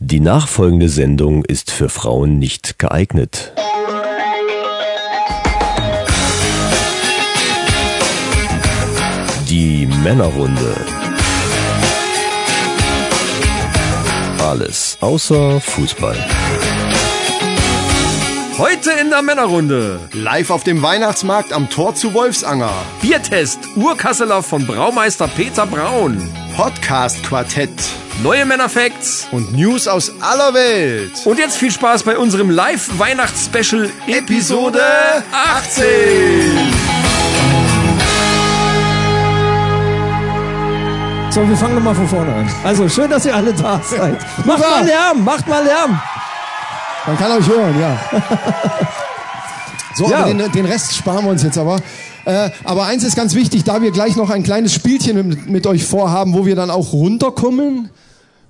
Die nachfolgende Sendung ist für Frauen nicht geeignet. Die Männerrunde. Alles außer Fußball. Heute in der Männerrunde. Live auf dem Weihnachtsmarkt am Tor zu Wolfsanger. Biertest Urkasseler von Braumeister Peter Braun. Podcast-Quartett. Neue Männerfacts. Und News aus aller Welt. Und jetzt viel Spaß bei unserem Live-Weihnachtsspecial Episode 18. So, wir fangen nochmal von vorne an. Also, schön, dass ihr alle da seid. Macht mal Lärm, macht mal Lärm. Man kann euch hören, ja. So, Ja. aber den, den Rest sparen wir uns jetzt aber. Äh, aber eins ist ganz wichtig, da wir gleich noch ein kleines Spielchen mit, mit euch vorhaben, wo wir dann auch runterkommen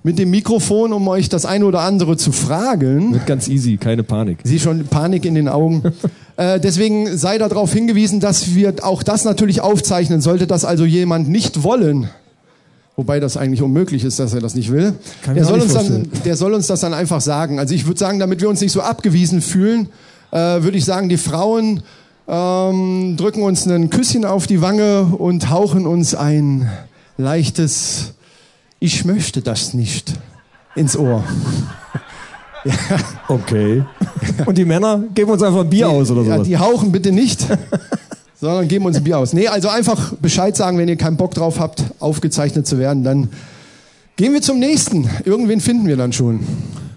mit dem Mikrofon, um euch das eine oder andere zu fragen. Wird ganz easy, keine Panik. Sie schon Panik in den Augen. Äh, deswegen sei darauf hingewiesen, dass wir auch das natürlich aufzeichnen. Sollte das also jemand nicht wollen, wobei das eigentlich unmöglich ist, dass er das nicht will, Kann ich der mir auch soll, nicht uns dann, vorstellen. der soll uns das dann einfach sagen. Also ich würde sagen, damit wir uns nicht so abgewiesen fühlen, äh, würde ich sagen, die Frauen ähm, drücken uns ein Küsschen auf die Wange und hauchen uns ein leichtes Ich möchte das nicht ins Ohr. Okay. Und die Männer geben uns einfach ein Bier aus oder Ja, sowas. die hauchen bitte nicht, sondern geben uns ein Bier aus. Nee, also einfach Bescheid sagen, wenn ihr keinen Bock drauf habt, aufgezeichnet zu werden, dann gehen wir zum nächsten. Irgendwen finden wir dann schon.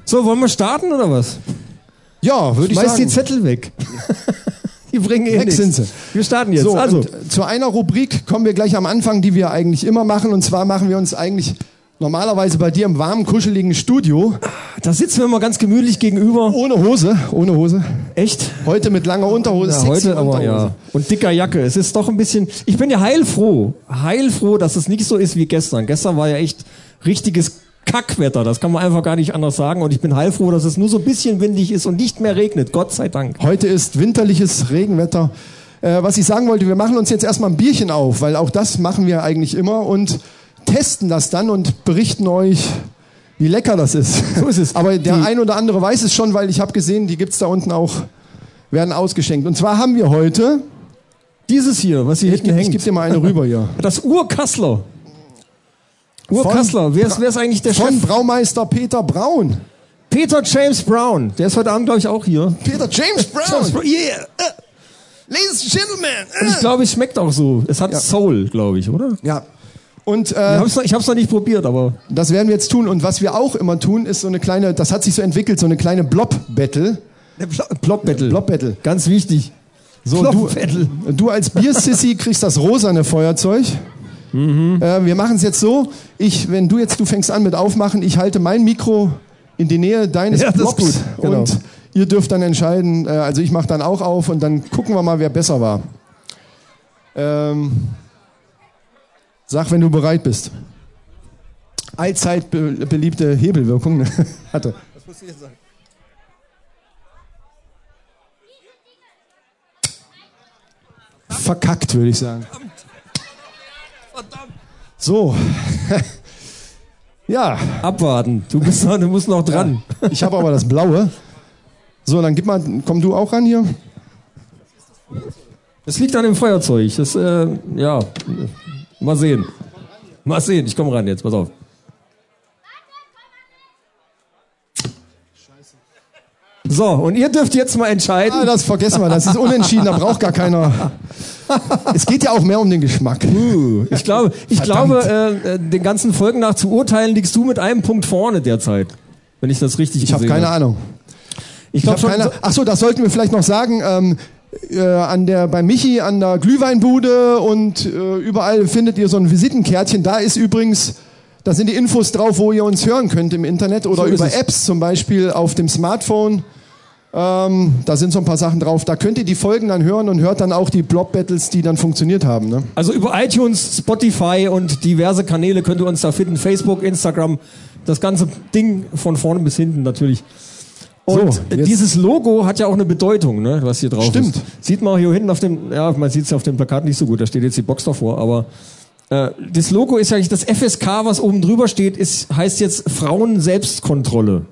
So, wollen wir starten oder was? Ja, würde ich Schmeiß sagen. die Zettel weg. die bringen eh Weg nichts. sind sie. Wir starten jetzt. So, also, und äh, zu einer Rubrik kommen wir gleich am Anfang, die wir eigentlich immer machen. Und zwar machen wir uns eigentlich normalerweise bei dir im warmen, kuscheligen Studio. da sitzen wir mal ganz gemütlich gegenüber. Ohne Hose, ohne Hose. Echt? Heute mit langer Unterhose. Ja, sexy heute aber Unterhose. ja. Und dicker Jacke. Es ist doch ein bisschen. Ich bin ja heilfroh. Heilfroh, dass es nicht so ist wie gestern. Gestern war ja echt richtiges Kackwetter. Das kann man einfach gar nicht anders sagen. Und ich bin heilfroh, dass es nur so ein bisschen windig ist und nicht mehr regnet. Gott sei Dank. Heute ist winterliches Regenwetter. Äh, was ich sagen wollte, wir machen uns jetzt erstmal ein Bierchen auf, weil auch das machen wir eigentlich immer und testen das dann und berichten euch, wie lecker das ist. So ist es. Aber der Die- ein oder andere weiß es schon, weil ich habe gesehen, die gibt's da unten auch, werden ausgeschenkt. Und zwar haben wir heute, Dieses hier, was hier ich, hinten ich hängt. gebe dir mal eine rüber hier, das Urkassler. Urkassler. Wer ist, wer ist eigentlich der von Chef? Braumeister Peter Braun. Peter James Brown. Der ist heute Abend, glaube ich, auch hier. Peter James James Brown, Brown. Yeah. Ladies and Gentlemen. Und ich glaube, es schmeckt auch so. Es hat Ja. Soul, glaube ich, oder? Ja. Und äh, Ich habe es noch, ich hab's noch nicht probiert, aber Das werden wir jetzt tun. Und was wir auch immer tun, ist so eine kleine, das hat sich so entwickelt, so eine kleine Blob-Battle. Plop-Battle. Blob-Battle. Ganz wichtig. So, du, Vettel. du als Biersissy kriegst das rosane Feuerzeug. Äh, wir machen es jetzt so, ich, wenn du jetzt, du fängst an mit Aufmachen, ich halte mein Mikro in die Nähe deines Ja, das ist Blobs gut. Genau. und ihr dürft dann entscheiden, äh, also ich mache dann auch auf und dann gucken wir mal, wer besser war. Ähm, sag, wenn du bereit bist. Allzeit be beliebte Hebelwirkung ne? hatte. Verkackt, würde ich sagen. So. ja, Abwarten. Du, bist noch, du musst noch dran. ich habe aber das Blaue. So, dann gib mal, komm du auch ran hier. Es liegt an dem Feuerzeug. Das, äh, ja. Mal sehen. Mal sehen. Ich komme ran jetzt. Pass auf. So, und ihr dürft jetzt mal Ah, entscheiden. das vergessen wir, das ist unentschieden, da braucht gar keiner. Es geht ja auch mehr um den Geschmack. Ich glaube, ich Verdammt. glaube äh, äh, den ganzen Folgen nach zu urteilen, liegst du mit einem Punkt vorne derzeit. Wenn ich das richtig Ich habe gesehen keine Ahnung. Ich Ich glaube hab schon, keine, ach so, das sollten wir vielleicht noch sagen. Ähm, äh, an der, bei Michi an der Glühweinbude und äh, überall findet ihr so ein Visitenkärtchen. Da ist übrigens, da sind die Infos drauf, wo ihr uns hören könnt im Internet oder So ist über es. Apps zum Beispiel auf dem Smartphone. Ähm, da sind so ein paar Sachen drauf. Da könnt ihr die Folgen dann hören und hört dann auch die Blob-Battles, die dann funktioniert haben. Ne? Also über iTunes, Spotify und diverse Kanäle könnt ihr uns da finden. Facebook, Instagram, das ganze Ding von vorne bis hinten natürlich. Und So, jetzt- dieses Logo hat ja auch eine Bedeutung, ne, was hier drauf Stimmt. ist. Sieht man auch hier hinten auf dem, ja, man sieht es ja auf dem Plakat nicht so gut, da steht jetzt die Box davor, aber Äh, das Logo ist ja nicht das FSK, was oben drüber steht, ist, heißt jetzt Frauen Selbstkontrolle.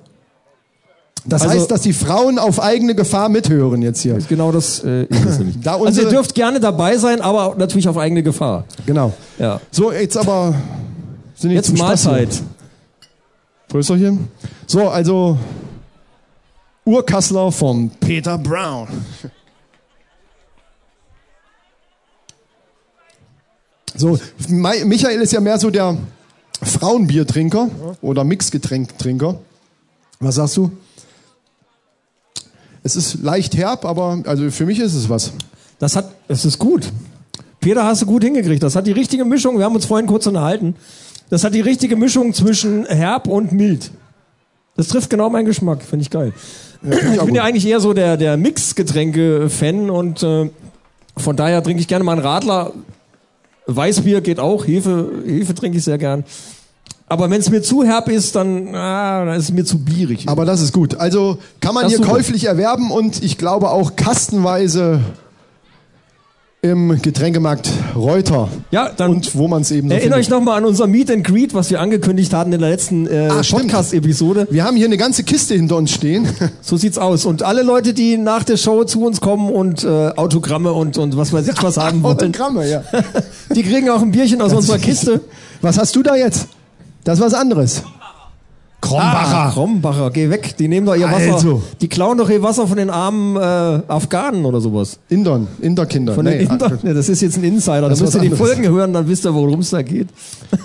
Das Also- heißt, dass die Frauen auf eigene Gefahr mithören jetzt hier. Genau das äh, ist es nämlich. Da also ihr unsere- dürft gerne dabei sein, aber natürlich auf eigene Gefahr. Genau. Ja. So, jetzt aber sind Jetzt zum Spaß hier. Mahlzeit. Prösterchen. So, also Urkassler vom Peter Brown. So, Mai- Michael ist ja mehr so der Frauenbiertrinker oder Mixgetränktrinker. Was sagst du? Es ist leicht herb, aber also für mich ist es was. Das hat, es ist gut. Peter, hast du gut hingekriegt. Das hat die richtige Mischung. Wir haben uns vorhin kurz unterhalten. Das hat die richtige Mischung zwischen herb und mild. Das trifft genau meinen Geschmack. Finde ich geil. ich bin ja eigentlich eher so der, der Mixgetränke-Fan und äh, von daher trinke ich gerne mal einen Radler. Weißbier geht auch. Hefe, Hefe trinke ich sehr gern. Aber wenn es mir zu herb ist, dann, ah, dann ist es mir zu bierig. Aber das ist gut. Also kann man Das ist hier super. käuflich erwerben und ich glaube auch kastenweise im Getränkemarkt Reuter. ja, dann Und wo man es eben so Äh, Erinnere euch findet. nochmal an unser Meet and Greet, was wir angekündigt hatten in der letzten äh, Ah, stimmt. Podcast-Episode. Wir haben hier eine ganze Kiste hinter uns stehen. So sieht's aus. Und alle Leute, die nach der Show zu uns kommen und äh, Autogramme und, und was weiß ich was haben wollen, Autogramme, ja. die kriegen auch ein Bierchen aus unserer Kiste. Was hast du da jetzt? Das ist was anderes. Krombacher. Ah, Krombacher, geh weg. Die nehmen doch ihr Wasser. Also. Die klauen doch ihr Wasser von den armen äh, Afghanen oder sowas. Indon, Inderkinder. Von Nee, den Indern. Ja, das ist jetzt ein Insider. Da Das ist müsst ihr was die anderes. Folgen hören, dann wisst ihr, worum es da geht.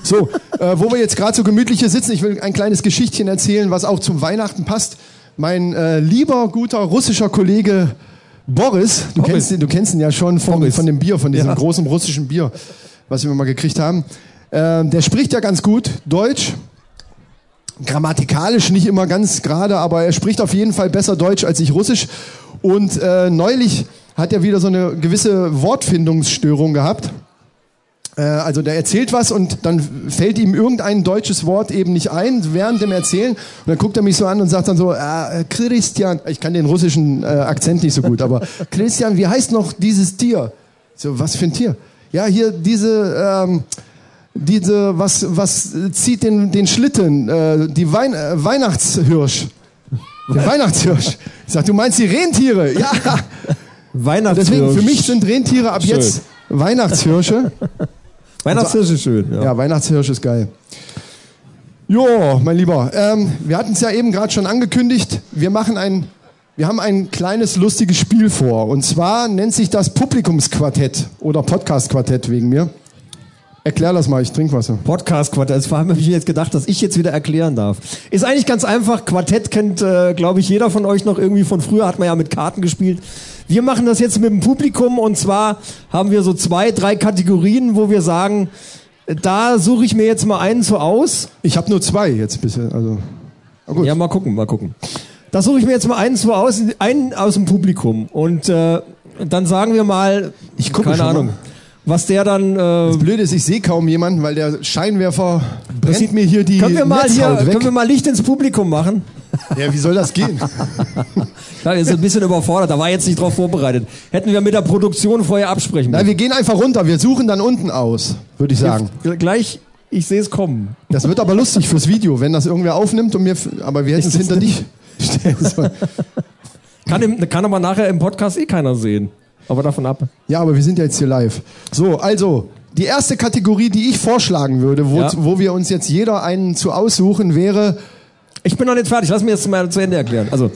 So, äh, wo wir jetzt gerade so gemütlich hier sitzen, ich will ein kleines Geschichtchen erzählen, was auch zum Weihnachten passt. Mein äh, lieber, guter russischer Kollege Boris, du, Kennst, ihn, du kennst ihn ja schon von, von dem Bier, von diesem Ja. großen russischen Bier, was wir mal gekriegt haben. Äh, der spricht ja ganz gut Deutsch, grammatikalisch nicht immer ganz gerade, aber er spricht auf jeden Fall besser Deutsch als ich Russisch. Und äh, neulich hat er wieder so eine gewisse Wortfindungsstörung gehabt. Äh, also der erzählt was und dann fällt ihm irgendein deutsches Wort eben nicht ein während dem Erzählen. Und dann guckt er mich so an und sagt dann so, äh, Christian, ich kann den russischen äh, Akzent nicht so gut, aber Christian, wie heißt noch dieses Tier? So, was für ein Tier? Ja, hier diese... Ähm, diese, was, was zieht den, den Schlitten? Äh, die Wein, äh, Weihnachtshirsch. Der Weihnachtshirsch. Ich sag, du meinst die Rentiere? Ja. Weihnachtshirsch. Deswegen, für mich sind Rentiere ab jetzt Weihnachtshirsche. Weihnachtshirsch ist schön. Ja. Ja, Weihnachtshirsch ist geil. Jo, mein Lieber, ähm, wir hatten es ja eben gerade schon angekündigt. Wir machen ein, wir haben ein kleines lustiges Spiel vor. Und zwar nennt sich das Publikumsquartett oder Podcastquartett wegen mir. Erklär das mal, ich trinke Wasser. Podcast Quartett. Das habe ich mir jetzt gedacht, dass ich jetzt wieder erklären darf. Ist eigentlich ganz einfach. Quartett kennt, äh, glaube ich, jeder von euch noch irgendwie von früher. Hat man ja mit Karten gespielt. Wir machen das jetzt mit dem Publikum und zwar haben wir so zwei, drei Kategorien, wo wir sagen, da suche ich mir jetzt mal einen zu aus. Ich habe nur zwei jetzt bisher. Also. Ja, mal gucken, mal gucken. Da suche ich mir jetzt mal einen, zwei aus, einen aus dem Publikum und äh, dann sagen wir mal, ich gucke keine schon Ahnung, mal. was der dann. Äh, Blöd ist, ich sehe kaum jemanden, weil der Scheinwerfer brennt mir hier die können wir mal hier, Netzhaut weg. können wir mal Licht ins Publikum machen? ja, wie soll das gehen? Da ist ein bisschen überfordert, da war jetzt nicht drauf vorbereitet. Hätten wir mit der Produktion vorher absprechen Na, müssen. wir gehen einfach runter. Wir suchen dann unten aus, würde ich sagen. Gl- Gleich, ich sehe es kommen. Das wird aber lustig fürs Video, wenn das irgendwer aufnimmt und mir. f- Aber wir hätten es hinter dich stellen sollen. Kann, im, kann aber nachher im Podcast eh keiner sehen. Aber davon ab. Ja, aber wir sind ja jetzt hier live. So, also, die erste Kategorie, die ich vorschlagen würde, wo, Ja. wo wir uns jetzt jeder einen zu aussuchen, wäre. Ich bin noch nicht fertig, lass mir das mal zu Ende erklären. Also,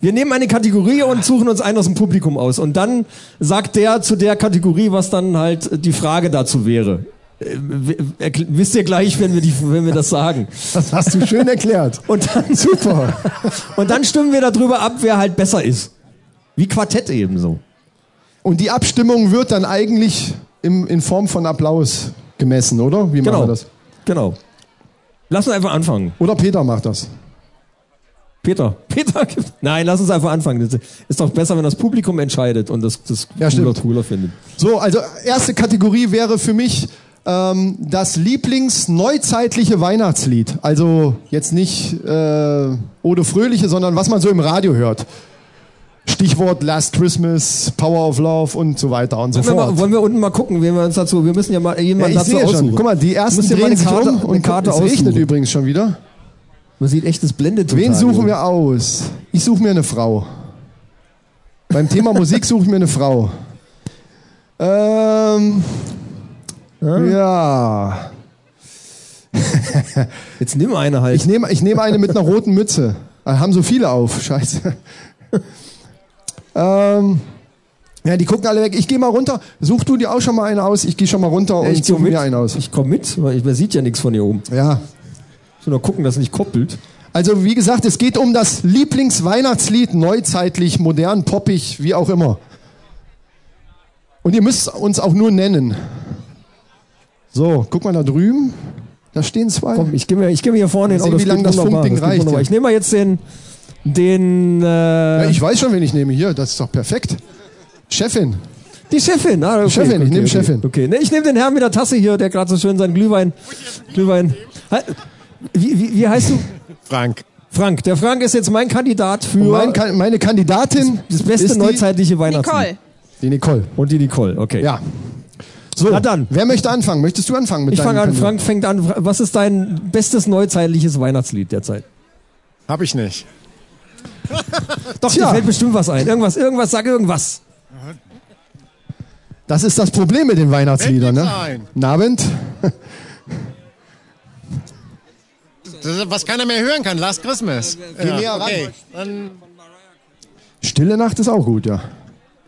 wir nehmen eine Kategorie und suchen uns einen aus dem Publikum aus. Und dann sagt der zu der Kategorie, was dann halt die Frage dazu wäre. Äh, w- erkl- Wisst ihr gleich, wenn wir, die, wenn wir das sagen. Das hast du schön erklärt. Und dann, Super. und dann stimmen wir darüber ab, wer halt besser ist. Wie Quartett eben so. Und die Abstimmung wird dann eigentlich im, in Form von Applaus gemessen, oder? Wie machen Genau. wir das? Genau. Lass uns einfach anfangen. Oder Peter macht das. Peter. Peter. gibt- Nein, lass uns einfach anfangen. Das ist doch besser, wenn das Publikum entscheidet und das, das Ja, stimmt. cooler, cooler findet. So, also erste Kategorie wäre für mich ähm, das Lieblingsneuzeitliche Weihnachtslied. Also jetzt nicht äh, Ode Fröhliche, sondern was man so im Radio hört. Stichwort Last Christmas, Power of Love und so weiter und so Wollen wir, mal, fort. wollen wir unten mal gucken, wen wir uns dazu. Wir müssen ja mal Ja, jemanden ich dazu sehe aussuchen. schon. Guck mal, die ersten Muss dir mal drehen eine sich Karte- um eine und Karte es regnet aussuchen. übrigens schon wieder. Man sieht echt, das blendet total. Wen suchen Junge. wir aus? Ich suche mir eine Frau. Beim Thema Musik suche ich mir eine Frau. Ähm, ja. Jetzt nimm eine halt. Ich nehme ich nehm eine mit einer roten Mütze. Ah, Haben so viele auf, scheiße. ähm, ja, die gucken alle weg. Ich gehe mal runter. Such du dir auch schon mal eine aus. Ich gehe schon mal runter Ja, und geh suche mir eine aus. Ich komme mit, weil ich, man sieht ja nichts von hier oben. Ja. Ich will nur gucken, dass es nicht koppelt. Also wie gesagt, es geht um das Lieblingsweihnachtslied, neuzeitlich, modern, poppig, wie auch immer. Und ihr müsst uns auch nur nennen. So, guck mal da drüben. Da stehen zwei. Komm, ich gehe mir, ich geh mir hier vorne hin. Mal sehen, wie geht lang das wunderbar, Funkding geht reicht wunderbar. hier. Ich nehme mal jetzt den. Den. Äh, ja, ich weiß schon, wen ich nehme hier. Das ist doch perfekt. Chefin. die Chefin. Ah, okay, Chefin, ich okay, nehm okay, Chefin. Okay, ne, ich nehme den Herrn mit der Tasse hier, der gerade so schön seinen Glühwein. Glühwein. Halt, Wie, wie, wie heißt du? Frank. Frank. Der Frank ist jetzt mein Kandidat für Mein, Ka- meine Kandidatin das beste ist die, neuzeitliche Weihnachtslied. Nicole. die Nicole. Und die Nicole, okay. Ja. So, Na dann. wer möchte anfangen? Möchtest du anfangen mit Ich deinem fange an, Kandidaten? Frank fängt an. Fra- Was ist dein bestes neuzeitliches Weihnachtslied derzeit? Hab ich nicht. Doch, Tja. dir fällt bestimmt was ein. Irgendwas, irgendwas, sag irgendwas. Das ist das Problem mit den Weihnachtsliedern, Fällt ne? nichts ein. Guten Abend. Das ist, was keiner mehr hören kann. Last Christmas. Geh näher ran. Okay. Dann, Stille Nacht ist auch gut, ja.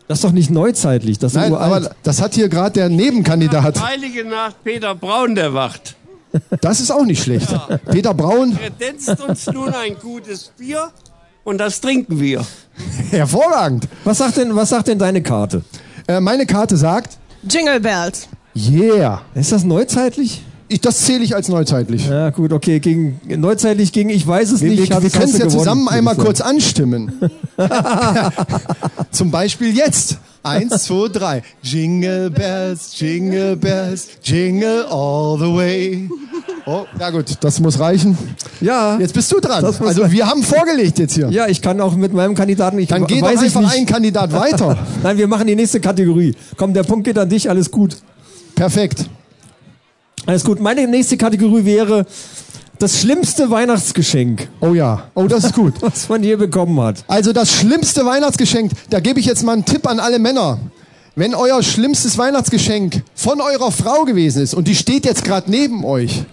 Das ist doch nicht neuzeitlich, das ist Nein, uralt. aber das hat hier gerade der Nebenkandidat. Heilige Nacht, Peter Braun, der wacht. Das ist auch nicht schlecht. Peter Braun, Kredenzt uns nun ein gutes Bier und das trinken wir. hervorragend. Was sagt denn, was sagt denn deine Karte? Äh, meine Karte sagt, Jingle Bells. yeah. Ist das neuzeitlich? Ich, das zähle ich als neuzeitlich. Ja, gut, okay, gegen neuzeitlich gegen ich weiß es Wir, nicht. wir, hast- wir hast können es du ja gewonnen, zusammen würde einmal ich sagen. kurz anstimmen. Zum Beispiel jetzt. Eins, zwei, drei. Jingle bells, jingle bells, jingle all the way. Oh, ja gut, das muss reichen. Ja. Jetzt bist du dran. Das muss Also wir haben vorgelegt jetzt hier. ja, ich kann auch mit meinem Kandidaten. Ich Dann we- geht doch weiß ich einfach nicht. ein Kandidat weiter. Nein, wir machen die nächste Kategorie. Komm, der Punkt geht an dich, alles gut. Perfekt. Alles gut. Meine nächste Kategorie wäre das schlimmste Weihnachtsgeschenk, Oh ja. Oh, das ist gut. was man je bekommen hat. Also das schlimmste Weihnachtsgeschenk, da gebe ich jetzt mal einen Tipp an alle Männer. Wenn euer schlimmstes Weihnachtsgeschenk von eurer Frau gewesen ist und die steht jetzt gerade neben euch,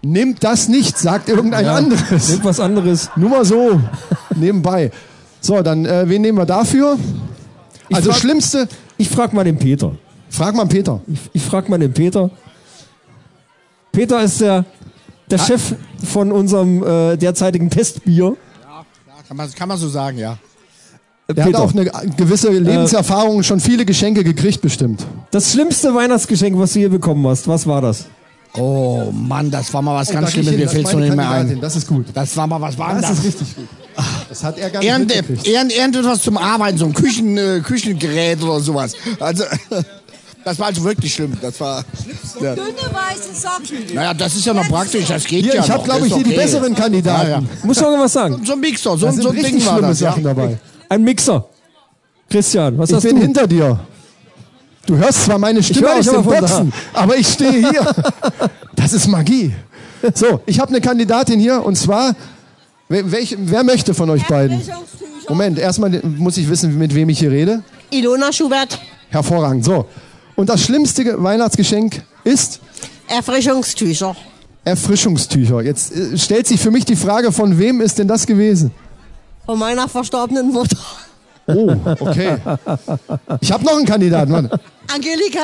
nehmt das nicht, sagt irgendein anderes. Irgendwas anderes. Nur mal so, nebenbei. So, dann äh, wen nehmen wir dafür? Also frag- schlimmste, Ich frag mal den Peter. frag mal Peter. Ich frag mal den Peter. Peter ist der, der Ah. Chef von unserem äh, derzeitigen Testbier. kann, man, kann man so sagen, ja. Äh, Der hat Peter, auch eine gewisse Lebenserfahrung, schon viele Geschenke gekriegt bestimmt. das schlimmste Weihnachtsgeschenk, was du hier bekommen hast, was war das? Oh Mann, das war mal was Da ganz gehe ich Schlimmes, hin, mir das fällt ist so meine nicht mehr Kandidatin, ein. Das ist gut. Das war mal was äh, war denn Das ist das? richtig gut. Das hat er gar nicht Irgend, mitgekriegt. irgend, irgendwas zum Arbeiten, so ein Küchen, äh, Küchengerät oder sowas. Also, das war also wirklich schlimm. Das war. Ja. Dünne weiße Socken. Naja, das ist ja noch praktisch, das geht Hier, ja. ich habe, noch, glaube das ich, ist hier die okay. besseren Kandidaten. Ja, ja. Muss schon was sagen. So ein Mixer, so, Da ein- sind so ein richtig Ding war schlimme das. Ja. Sachen dabei. Ein Mixer. Christian, was Ich hast bin du? hinter dir. Du hörst zwar meine Stimme höre aus dich den aber von Boxen, aber ich stehe hier. Das ist Magie. So, ich habe eine Kandidatin hier und zwar, wer, welch, wer möchte von euch beiden? Moment, erstmal muss ich wissen, mit wem ich hier rede. Ilona Schubert, Hervorragend. So, und das schlimmste Ge- Weihnachtsgeschenk ist Erfrischungstücher. Erfrischungstücher. Jetzt äh, stellt sich für mich die Frage, von wem ist denn das gewesen? Von meiner verstorbenen Mutter. Oh, okay. Ich habe noch einen Kandidaten. Warte. Angelika,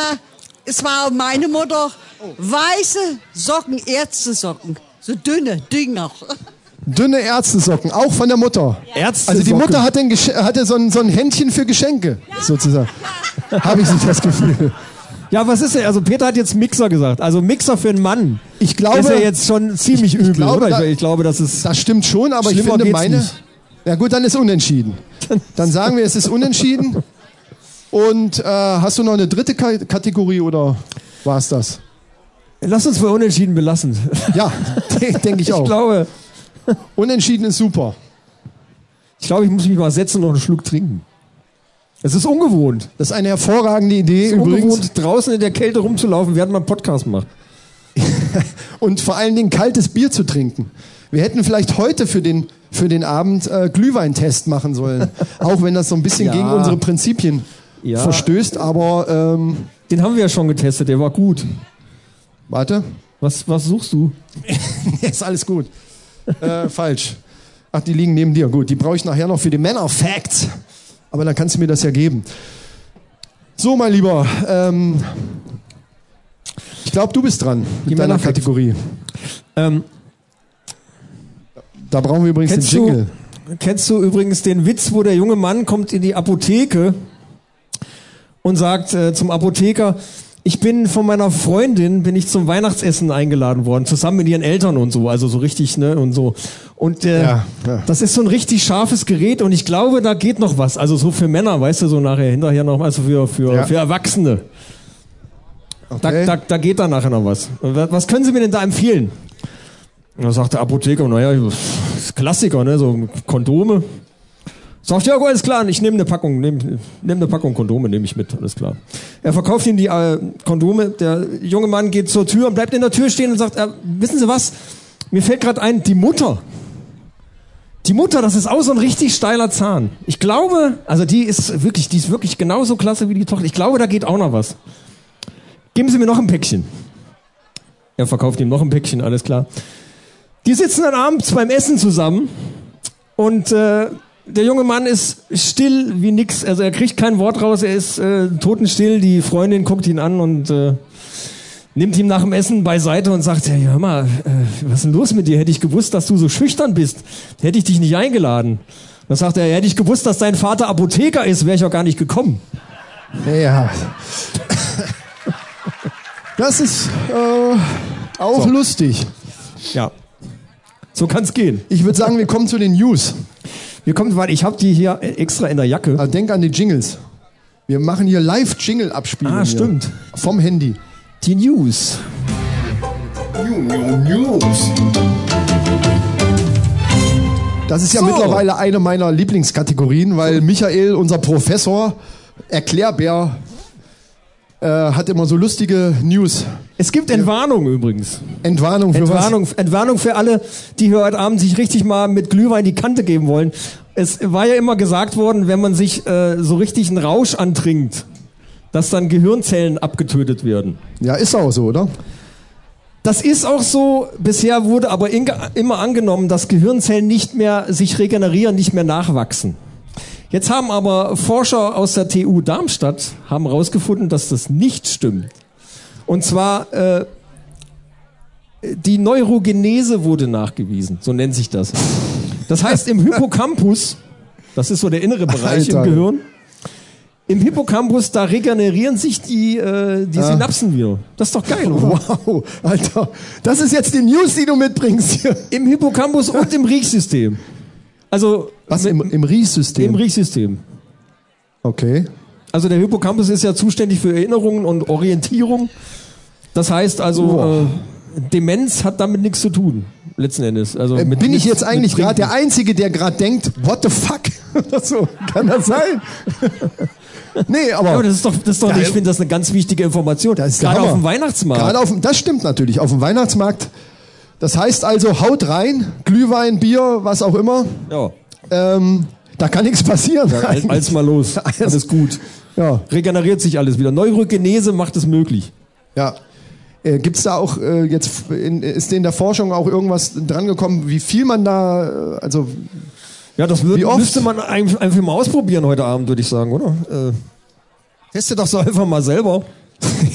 es war meine Mutter. Oh. Weiße Socken, Ärztesocken. So dünne Dinger. Dünne Ärztesocken, auch von der Mutter. Ärzte. Also die Mutter hat den Gesche- hatte so ein, so ein Händchen für Geschenke, sozusagen. Habe ich so das Gefühl. Ja, was ist denn? Also Peter hat jetzt Mixer gesagt. Also Mixer für einen Mann. Ich glaube- ist ja jetzt schon ziemlich ich übel, glaube, oder? da- ich glaube, das ist Das stimmt schon, aber Schlimmer ich finde geht's meine. nicht. Na gut, dann ist unentschieden. Dann sagen wir, es ist unentschieden. Und äh, hast du noch eine dritte Ka Kategorie oder war es das? Lass uns bei unentschieden belassen. Ja, de- denke ich Ich auch. glaube, unentschieden ist super. ich glaube, ich muss mich mal setzen und einen Schluck trinken. Es ist ungewohnt. Das ist eine hervorragende Idee übrigens. Ungewohnt, draußen in der Kälte rumzulaufen, während man Podcast macht. Und vor allen Dingen kaltes Bier zu trinken. Wir hätten vielleicht heute für den, für den Abend äh, Glühweintest machen sollen. Auch wenn das so ein bisschen Ja. gegen unsere Prinzipien Ja. verstößt. Aber ähm, Den haben wir ja schon getestet, der war gut. warte, Was, was suchst du? ist alles gut. Äh, falsch. Ach, die liegen neben dir. Gut, die brauche ich nachher noch für die Männer-Facts. Aber dann kannst du mir das ja geben. So, mein Lieber. Ähm, ich glaube, du bist dran Die mit deiner Männer-Facts. Kategorie. Ähm, Da brauchen wir übrigens den Kennst du- Jingle. Kennst du übrigens den Witz, wo der junge Mann kommt in die Apotheke und sagt äh, zum Apotheker, ich bin von meiner Freundin, bin ich zum Weihnachtsessen eingeladen worden, zusammen mit ihren Eltern und so, also so richtig, ne, und so. Und äh, Ja, ja. das ist so ein richtig scharfes Gerät und ich glaube, da geht noch was. Also so für Männer, weißt du, so nachher, hinterher noch, also für, für, Ja. für Erwachsene. Okay. Da, da, da geht da nachher noch was. Wa- Was können Sie mir denn da empfehlen? Und da sagt der Apotheker, naja, das ist Klassiker, ne? So Kondome. Sagt, ja, gut, alles klar, ich nehme eine Packung, nehme nehm eine Packung Kondome, nehme ich mit, alles klar. Er verkauft ihm die äh, Kondome, der junge Mann geht zur Tür und bleibt in der Tür stehen und sagt, äh, wissen Sie was, mir fällt gerade ein, die Mutter, die Mutter, das ist auch so ein richtig steiler Zahn. Ich glaube, also die ist wirklich, die ist wirklich genauso klasse wie die Tochter. Ich glaube, da geht auch noch was. Geben Sie mir noch ein Päckchen. Er verkauft ihm noch ein Päckchen, alles klar. Die sitzen dann abends beim Essen zusammen und äh, der junge Mann ist still wie nix. Also er kriegt kein Wort raus, er ist äh, totenstill. Die Freundin guckt ihn an und äh, nimmt ihn nach dem Essen beiseite und sagt, ja, hör mal, äh, was ist denn los mit dir? Hätte ich gewusst, dass du so schüchtern bist, hätte ich dich nicht eingeladen. Dann sagt er, hätte ich gewusst, dass dein Vater Apotheker ist, wäre ich auch gar nicht gekommen. Ja. Das ist äh, auch lustig. Ja. So kann's gehen. Ich würde sagen, wir kommen zu den News. Wir kommen, weil ich habe die hier extra in der Jacke. Aber denk an die Jingles. Wir machen hier Live-Jingle-Abspielungen. Ah, stimmt. Hier. Vom Handy. Die News. Das ist ja mittlerweile eine meiner Lieblingskategorien, weil Michael, unser Professor, Erklärbär, äh, hat immer so lustige News. Es gibt Entwarnung übrigens. Entwarnung für Entwarnung, Entwarnung für alle, die hier heute Abend sich richtig mal mit Glühwein die Kante geben wollen. Es war ja immer gesagt worden, wenn man sich äh, so richtig einen Rausch antrinkt, dass dann Gehirnzellen abgetötet werden. was? Ja, ist auch so, oder? Das ist auch so, bisher wurde aber inge- immer angenommen, dass Gehirnzellen nicht mehr sich regenerieren, nicht mehr nachwachsen. Jetzt haben aber Forscher aus der TU Darmstadt haben herausgefunden, dass das nicht stimmt. Und zwar äh, die Neurogenese wurde nachgewiesen, so nennt sich das. Das heißt, im Hippocampus, das ist so der innere Bereich Alter. im Gehirn, im Hippocampus, da regenerieren sich die, äh, die Synapsen wieder. Das ist doch Oh. geil, oder? Wow, Alter. Das ist jetzt die News, die du mitbringst hier. Im Hippocampus und im Riechsystem. Also Was? mit- Im, im Riechsystem? im Riechsystem. okay. Also der Hippocampus ist ja zuständig für Erinnerungen und Orientierung. Das heißt also, äh, Demenz hat damit nichts zu tun, letzten Endes. Also Äh, mit- Bin ich mit- jetzt eigentlich mit gerade der Trinken. Einzige, der gerade denkt, what the fuck? Oder so, kann das sein? nee, Ja, aber aber das ist doch, das ist doch Ja, ich finde das eine ganz wichtige Information. Das ist der gerade auf Hammer. dem Weihnachtsmarkt. gerade auf dem, das stimmt natürlich, auf dem Weihnachtsmarkt. Das heißt also, haut rein, Glühwein, Bier, was auch immer. ja. Ähm, da kann nichts passieren. Als, als mal los. Alles gut. ja. Regeneriert sich alles wieder. Neurogenese macht es möglich. ja. Äh, Gibt es da auch äh, jetzt, in, ist in der Forschung auch irgendwas drangekommen, wie viel man da, äh, also Ja, das würd, Wie oft? müsste man ein- einfach mal ausprobieren heute Abend, würde ich sagen, oder? Äh, teste doch so einfach mal selber,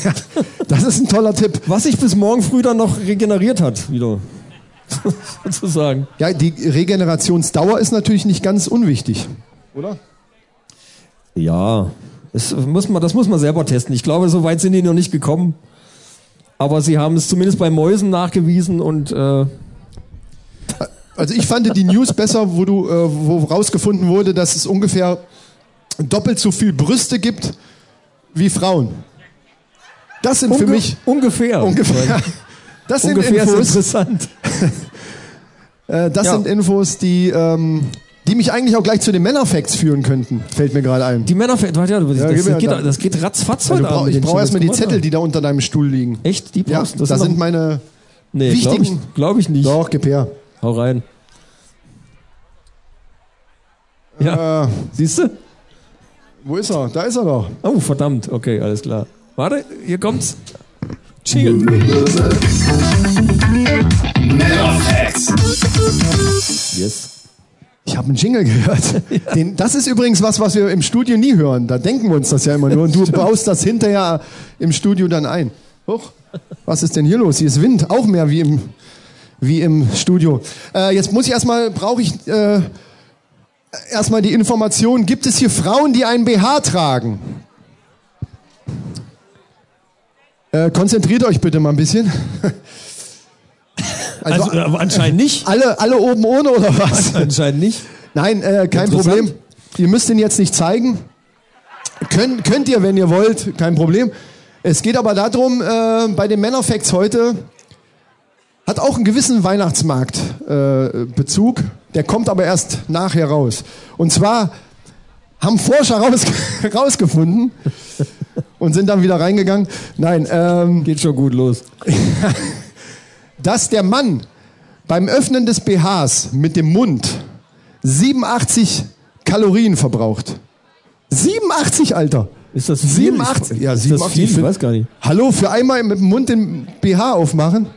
ja, das ist ein toller Tipp. was sich bis morgen früh dann noch regeneriert hat, wieder. Sozusagen. Ja, die Regenerationsdauer ist natürlich nicht ganz unwichtig. Ja, das muss, man, das muss man selber testen. Ich glaube, so weit sind die noch nicht gekommen. Aber sie haben es zumindest bei Mäusen nachgewiesen und äh, Also ich fand die News besser, wo du, äh, wo rausgefunden wurde, dass es ungefähr doppelt so viel Brüste gibt wie Frauen. Das sind für unge- mich ungefähr. ungefähr. Das sind ungefähr ist Infos. interessant. Äh, das Ja. sind Infos, die ähm, die mich eigentlich auch gleich zu den Männerfacts führen könnten, fällt mir gerade ein. Die Männer, warte, ja, das, gib das, mir geht, da- das geht ratzfatz Also heute du brauch, Abend, ich Jens, brauche was erstmal du die gemacht Zettel, die da unter deinem Stuhl liegen. hast. Echt? Die Ja, brauchst du? das sind noch- meine. nee, Glaube wichtigen- ich, glaub ich nicht. Doch, gib her. Hau rein. Ja. Siehst du? Wo ist er? Da ist er doch. Oh, verdammt. Okay, alles klar. Warte, hier kommt's. Jingle. Yes. Ich habe einen Jingle gehört. Den, das ist übrigens was, was wir im Studio nie hören. Da denken wir uns das ja immer nur. Und du baust das hinterher im Studio dann ein. Huch, was ist denn hier los? Hier ist Wind, auch mehr wie im, wie im Studio. Äh, jetzt muss ich erstmal, brauche ich äh, erstmal die Information, gibt es hier Frauen, die einen BH tragen? Äh, konzentriert euch bitte mal ein bisschen. Also, Also, aber anscheinend nicht. alle, alle oben ohne oder was? anscheinend nicht. Nein, äh, kein Interessant. Problem. Ihr müsst ihn jetzt nicht zeigen. Könnt, könnt ihr, wenn ihr wollt, kein Problem. Es geht aber darum, äh, bei den Männerfacts heute hat auch einen gewissen Weihnachtsmarktbezug. Äh, Bezug. Der kommt aber erst nachher raus. Und zwar haben Forscher raus, rausgefunden und sind dann wieder reingegangen. Nein, ähm, Geht schon gut los. dass der Mann beim Öffnen des BHs mit dem Mund 87 Kalorien verbraucht. 87, Alter. Ist das viel? 87? Ich- Ja, ist das 87. viel? Ich weiß gar nicht. Hallo, für einmal mit dem Mund den BH aufmachen?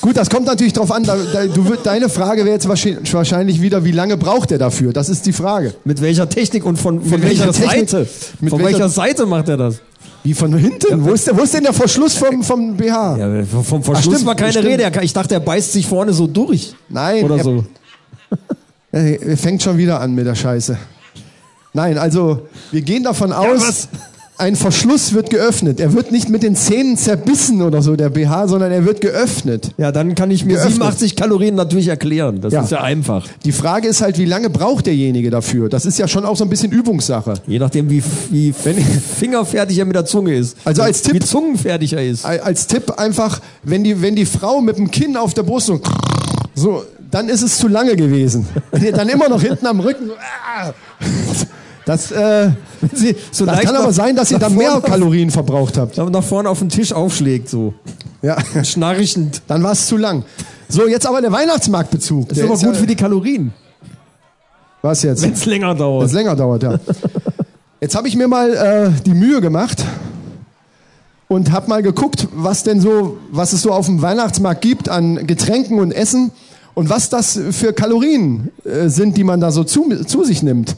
Gut, das kommt natürlich drauf an. Da, da, du, wür- deine Frage wäre jetzt wahrscheinlich wahrscheinlich wieder, wie lange braucht er dafür? Das ist die Frage. Mit welcher Technik und von, von Mit welcher welcher, Technik? Seite? Mit von welcher- welcher, Seite macht er das? Wie von hinten? Wo ist, der, wo ist denn der Verschluss vom, vom BH? Ja, äh, vom Verschluss stimmt, war keine stimmt. Rede. Er- Ich dachte, er beißt sich vorne so durch. Nein, Oder er- so. Ey, ihr fängt schon wieder an mit der Scheiße. Nein, also wir gehen davon aus, was? ein Verschluss wird geöffnet. Er wird nicht mit den Zähnen zerbissen oder so, der BH, sondern er wird geöffnet. Ja, dann kann ich mir Geöffnet. 87 Kalorien natürlich erklären. Das Ja. ist ja einfach. Die Frage ist halt, wie lange braucht derjenige dafür? Das ist ja schon auch so ein bisschen Übungssache. Je nachdem, wie, wie fingerfertig er mit der Zunge ist. Also als Tipp- Wie zungenfertig er ist. Al- Als Tipp einfach, wenn die, wenn die Frau mit dem Kinn auf der Brust so, so dann ist es zu lange gewesen. Dann immer noch hinten am Rücken. so, ah. Das, äh, Sie, so das leicht kann aber nach- sein, dass ihr nach da mehr vorne- Kalorien verbraucht habt. nach vorne auf den Tisch aufschlägt, so. Ja. Schnarchend. Dann war es zu lang. So, jetzt aber der Weihnachtsmarktbezug. Das ist Der aber gut ja- für die Kalorien, Was jetzt? wenn es länger Das dauert. länger dauert, ja. Jetzt habe ich mir mal äh, die Mühe gemacht und habe mal geguckt, was denn so, was es so auf dem Weihnachtsmarkt gibt an Getränken und Essen und was das für Kalorien äh, sind, die man da so zu, zu sich nimmt,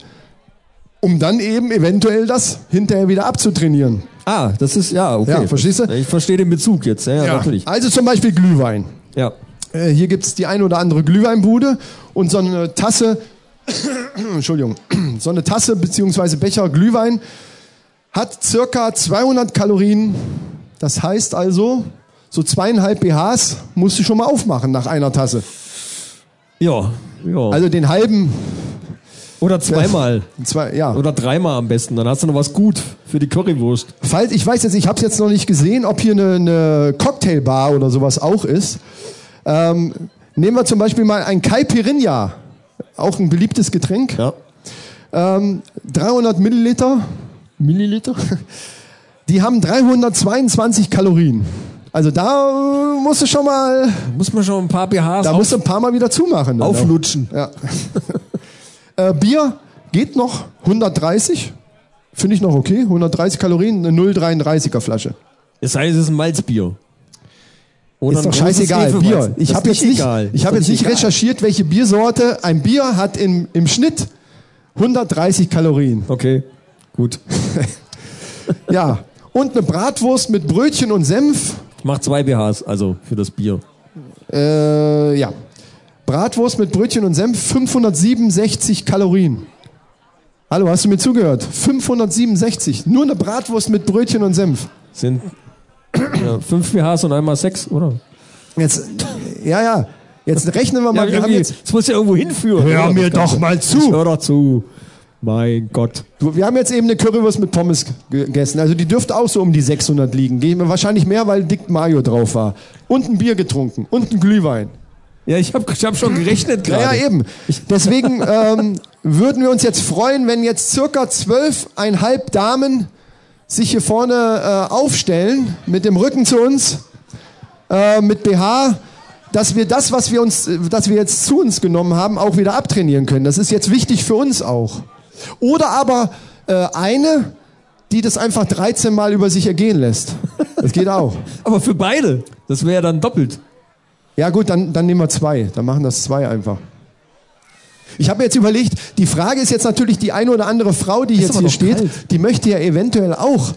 um dann eben eventuell das hinterher wieder abzutrainieren. Ah, das ist, ja, okay. Ja, verstehst du? Ich verstehe den Bezug jetzt, ja, ja, natürlich. Also zum Beispiel Glühwein. Ja. Äh, hier gibt es die ein oder andere Glühweinbude und so eine Tasse, Entschuldigung, so eine Tasse bzw. Becher Glühwein hat circa 200 Kalorien. Das heißt also, so zweieinhalb BHs musst du schon mal aufmachen nach einer Tasse. Ja. ja. Also den halben, Oder zweimal. zwei, ja. Oder dreimal am besten. Dann hast du noch was gut für die Currywurst. Falls, ich weiß jetzt, ich habe es jetzt noch nicht gesehen, ob hier eine, eine Cocktailbar oder sowas auch ist. Ähm, nehmen wir zum Beispiel mal ein Caipirinha, auch ein beliebtes Getränk. Ja. Ähm, 300 Milliliter. Milliliter? Die haben 322 Kalorien. Also da äh, musst du schon mal, Muss man schon ein paar BHs da musst du ein paar Mal wieder zumachen. dann auch. auflutschen. Ja. äh, Bier geht noch 130. Finde ich noch okay. 130 Kalorien, eine 0,33er Flasche. Das heißt, es ist ein Malzbier. Oder Ist ein großes doch scheißegal, Hefeweizen. Bier. Das Ich ist habe jetzt nicht, egal. ich hab Ist jetzt doch nicht egal. recherchiert, welche Biersorte. Ein Bier hat im, im Schnitt 130 Kalorien. Okay, gut. Ja. Und eine Bratwurst mit Brötchen und Senf. Ich mach zwei BHs, also für das Bier. Äh, ja. Bratwurst mit Brötchen und Senf, 567 Kalorien. Hallo, hast du mir zugehört? 567. Nur eine Bratwurst mit Brötchen und Senf. Sind ja, fünf BHs und einmal sechs, oder? Jetzt, ja, ja. Jetzt rechnen wir mal. wir haben irgendwie- jetzt, das muss ja irgendwo hinführen. oder? Das Ganze. mal Ich Hör doch zu. Mein Gott. Du, wir haben jetzt eben eine Currywurst mit Pommes gegessen. Also die dürfte auch so um die 600 liegen. Gehen wir wahrscheinlich mehr, weil Dick Mayo drauf war. Und ein Bier getrunken. Und ein Glühwein. Ja, ich habe ich hab schon gerechnet gerade. Ja, ja, eben. Deswegen ähm, würden wir uns jetzt freuen, wenn jetzt circa zwölfeinhalb Damen sich hier vorne äh, aufstellen, mit dem Rücken zu uns, äh, mit BH, dass wir das, was wir uns, äh, dass wir jetzt zu uns genommen haben, auch wieder abtrainieren können. Das ist jetzt wichtig für uns auch. Oder aber äh, eine, die das einfach 13 Mal über sich ergehen lässt. Das geht auch. Aber für beide. Das wäre ja dann doppelt. Ja gut, dann, dann nehmen wir zwei. Dann machen das zwei einfach. Ich habe mir jetzt überlegt, die Frage ist jetzt natürlich die eine oder andere Frau, die jetzt aber hier doch steht, kalt. die möchte ja eventuell auch,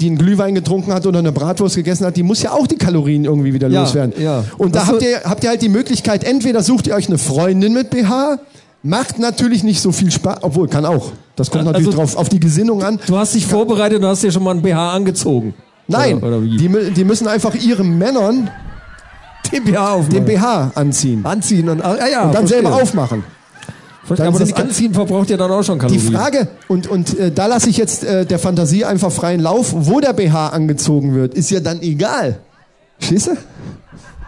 die einen Glühwein getrunken hat oder eine Bratwurst gegessen hat, die muss ja auch die Kalorien irgendwie wieder Ja, loswerden. ja. Und da Das habt so- ihr, habt ihr halt die Möglichkeit, entweder sucht ihr euch eine Freundin mit BH, macht natürlich nicht so viel Spaß, obwohl kann auch. Das kommt Ja, natürlich also- drauf auf die Gesinnung an. Du hast dich vorbereitet und hast dir schon mal ein BH angezogen. Nein, Oder, oder wie? die, mü- die müssen einfach ihren Männern den BH auf. den BH anziehen. anziehen und, ah, ja, Und dann verstehe. selber aufmachen. Verstehe, dann aber sind das die ganz- Anziehen verbraucht ja dann auch schon Die Kalorien. Frage, und, und äh, da lasse ich jetzt äh, der Fantasie einfach freien Lauf, wo der BH angezogen wird, ist ja dann egal. Schieße?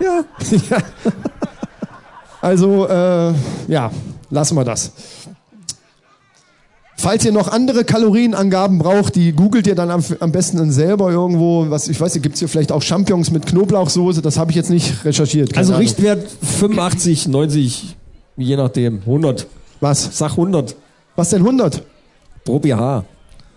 Ja. ja. Also, äh, ja, lassen wir das. Falls ihr noch andere Kalorienangaben braucht, die googelt ihr dann am, am besten dann selber irgendwo. Was, ich weiß nicht, gibt es hier vielleicht auch Champignons mit Knoblauchsoße? Das habe ich jetzt nicht recherchiert. keine Also Ahnung. Richtwert 85, 90, je nachdem. 100. Was? Sag 100 Was denn 100? pro BH.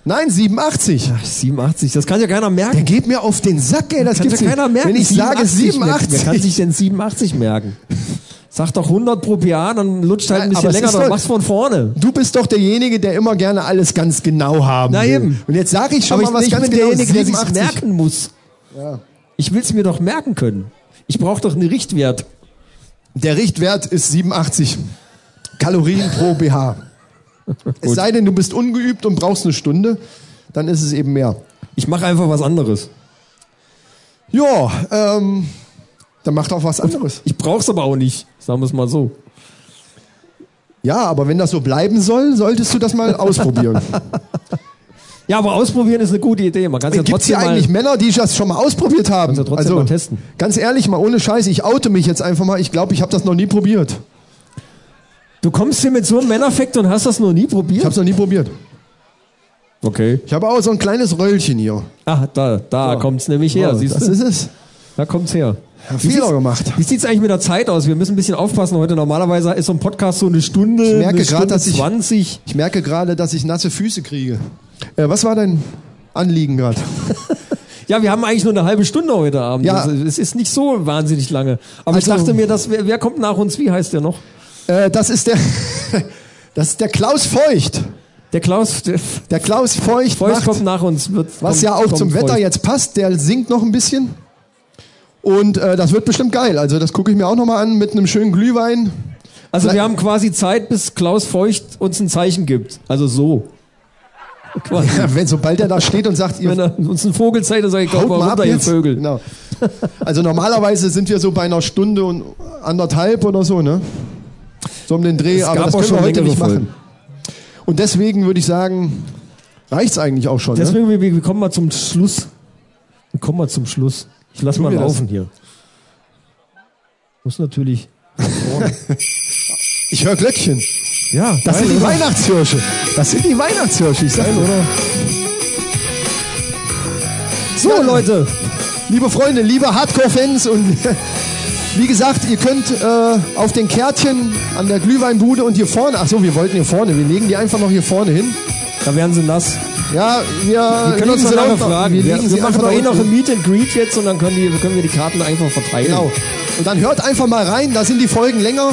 Nein, 87. 87, das kann ja keiner Der merken. geht mir auf den Sack, ey. Das Kann ja gibt's nicht. keiner merken. Wenn ich sage 87, Wer kann 87. sich denn 87 merken? Sag doch 100 pro BH, dann lutscht halt ein Nein, aber bisschen es länger, ist dann doch- mach's von vorne. Du bist doch derjenige, der immer gerne alles ganz genau haben Na will. eben. Und jetzt sage ich schon Aber ich, mal was ich ganz bin genau. derjenige, der sich's 87. merken muss. Ich will's mir doch merken können. Ich brauche doch einen Richtwert. Der Richtwert ist 87 Kalorien pro BH. es sei denn, du bist ungeübt und brauchst eine Stunde, dann ist es eben mehr. Ich mache einfach was anderes. Ja, ähm, dann macht auch was anderes. Ich brauch's aber auch nicht. Sagen wir's mal so. Ja, aber wenn das so bleiben soll, solltest du das mal ausprobieren. Ja, aber ausprobieren ist eine gute Idee. Man kann ja Gibt es Also trotzdem hier mal. eigentlich Männer, die das schon mal ausprobiert haben? Also Kannst du trotzdem mal testen. Ganz ehrlich, mal ohne Scheiß, ich oute mich jetzt einfach mal. Ich glaube, ich habe das noch nie probiert. Du kommst hier mit so einem Männerfekt und hast das noch nie Ich habe probiert? es noch nie probiert. Okay. Ich habe auch so ein kleines Röllchen hier. Ah, da, da kommt's nämlich her. Oh, siehst das du? ist es. Da kommt's her. Hab Fehler sieht's- gemacht. Wie sieht's eigentlich mit der Zeit aus? Wir müssen ein bisschen aufpassen heute. Normalerweise ist so ein Podcast so eine Stunde, ich merke eine grad, Stunde dass ich- 20. Ich merke gerade, dass ich nasse Füße kriege. Äh, was war dein Anliegen gerade? Ja, wir haben eigentlich nur eine halbe Stunde heute Abend. Ja. Also, Es ist nicht so wahnsinnig lange. Aber ich Also- dachte mir, dass, wer, wer kommt nach uns? Wie heißt der noch? Äh, das ist der. Das ist der Klaus Feucht. Der Klaus der Der Klaus Feucht, Feucht macht, kommt nach uns. Wird, was kommt- ja auch kommt zum Wetter Feucht. jetzt passt. Der singt noch ein bisschen. Und äh, das wird bestimmt geil. Also das gucke ich mir auch nochmal an mit einem schönen Glühwein. Also wir haben quasi Zeit, bis Klaus Feucht uns ein Zeichen gibt. Also so. Quasi. Ja, wenn, sobald er da steht und sagt, ihr Wenn er uns einen Vogel zeigt, dann sage ich, komm haut mal mal ab runter, ihr jetzt. Vögel. Genau. Also normalerweise sind wir so bei einer Stunde und anderthalb oder so, ne? So um den Dreh, Es aber gab das auch können wir schon heute längere nicht machen. Folgen. Und deswegen würde ich sagen, reicht's eigentlich auch schon, ne? Deswegen, wir, wir kommen mal zum Schluss. Wir kommen mal zum Schluss. Ich lass mal wir das. laufen hier. Muss natürlich. Ich höre Glöckchen. Ja, Das sind die Weihnachtshirsche. Das sind die Weihnachtshirsche, ich sag, oder? So, Leute. Liebe Freunde, liebe Hardcore-Fans und wie gesagt, ihr könnt äh, auf den Kärtchen an der Glühweinbude und hier vorne, ach so, wir wollten hier vorne, wir legen die einfach noch hier vorne hin. Da werden sie nass. Ja, wir, Wir können uns legen noch sie lange unten- fragen. Wir, Wir, legen wir, sie machen einfach doch eh unten. noch ein Meet and Greet jetzt und dann können, die, können wir die Karten einfach verteilen. Genau. Und dann hört einfach mal rein, da sind die Folgen länger.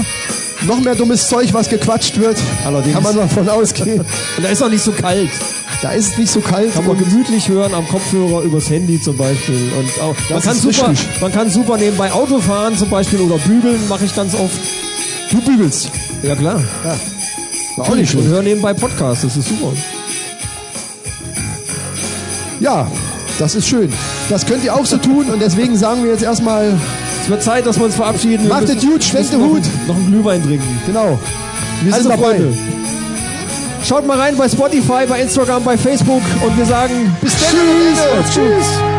Noch mehr dummes Zeug, was gequatscht wird. Allerdings. Kann man davon ausgehen. Und da ist auch nicht so kalt. Da ist es nicht so kalt. Kann man und- gemütlich hören am Kopfhörer übers Handy zum Beispiel. Und auch, man, Das kann ist super, richtig. man kann super nebenbei Auto fahren zum Beispiel oder bügeln, mache ich ganz oft. du bügelst. Ja klar. War auch nicht und schlecht. höre nebenbei Podcasts, das ist super. Ja, das ist schön. Das könnt ihr auch so tun und deswegen sagen wir jetzt erstmal, Es wird Zeit, dass wir uns verabschieden. Wir macht es müssen- gut, schwenkt den Hut. Noch einen Glühwein trinken. Genau. Wir Also sind dabei. Freunde, schaut mal rein bei Spotify, bei Instagram, bei Facebook und wir sagen Bis dann. Tschüss. Tschüss.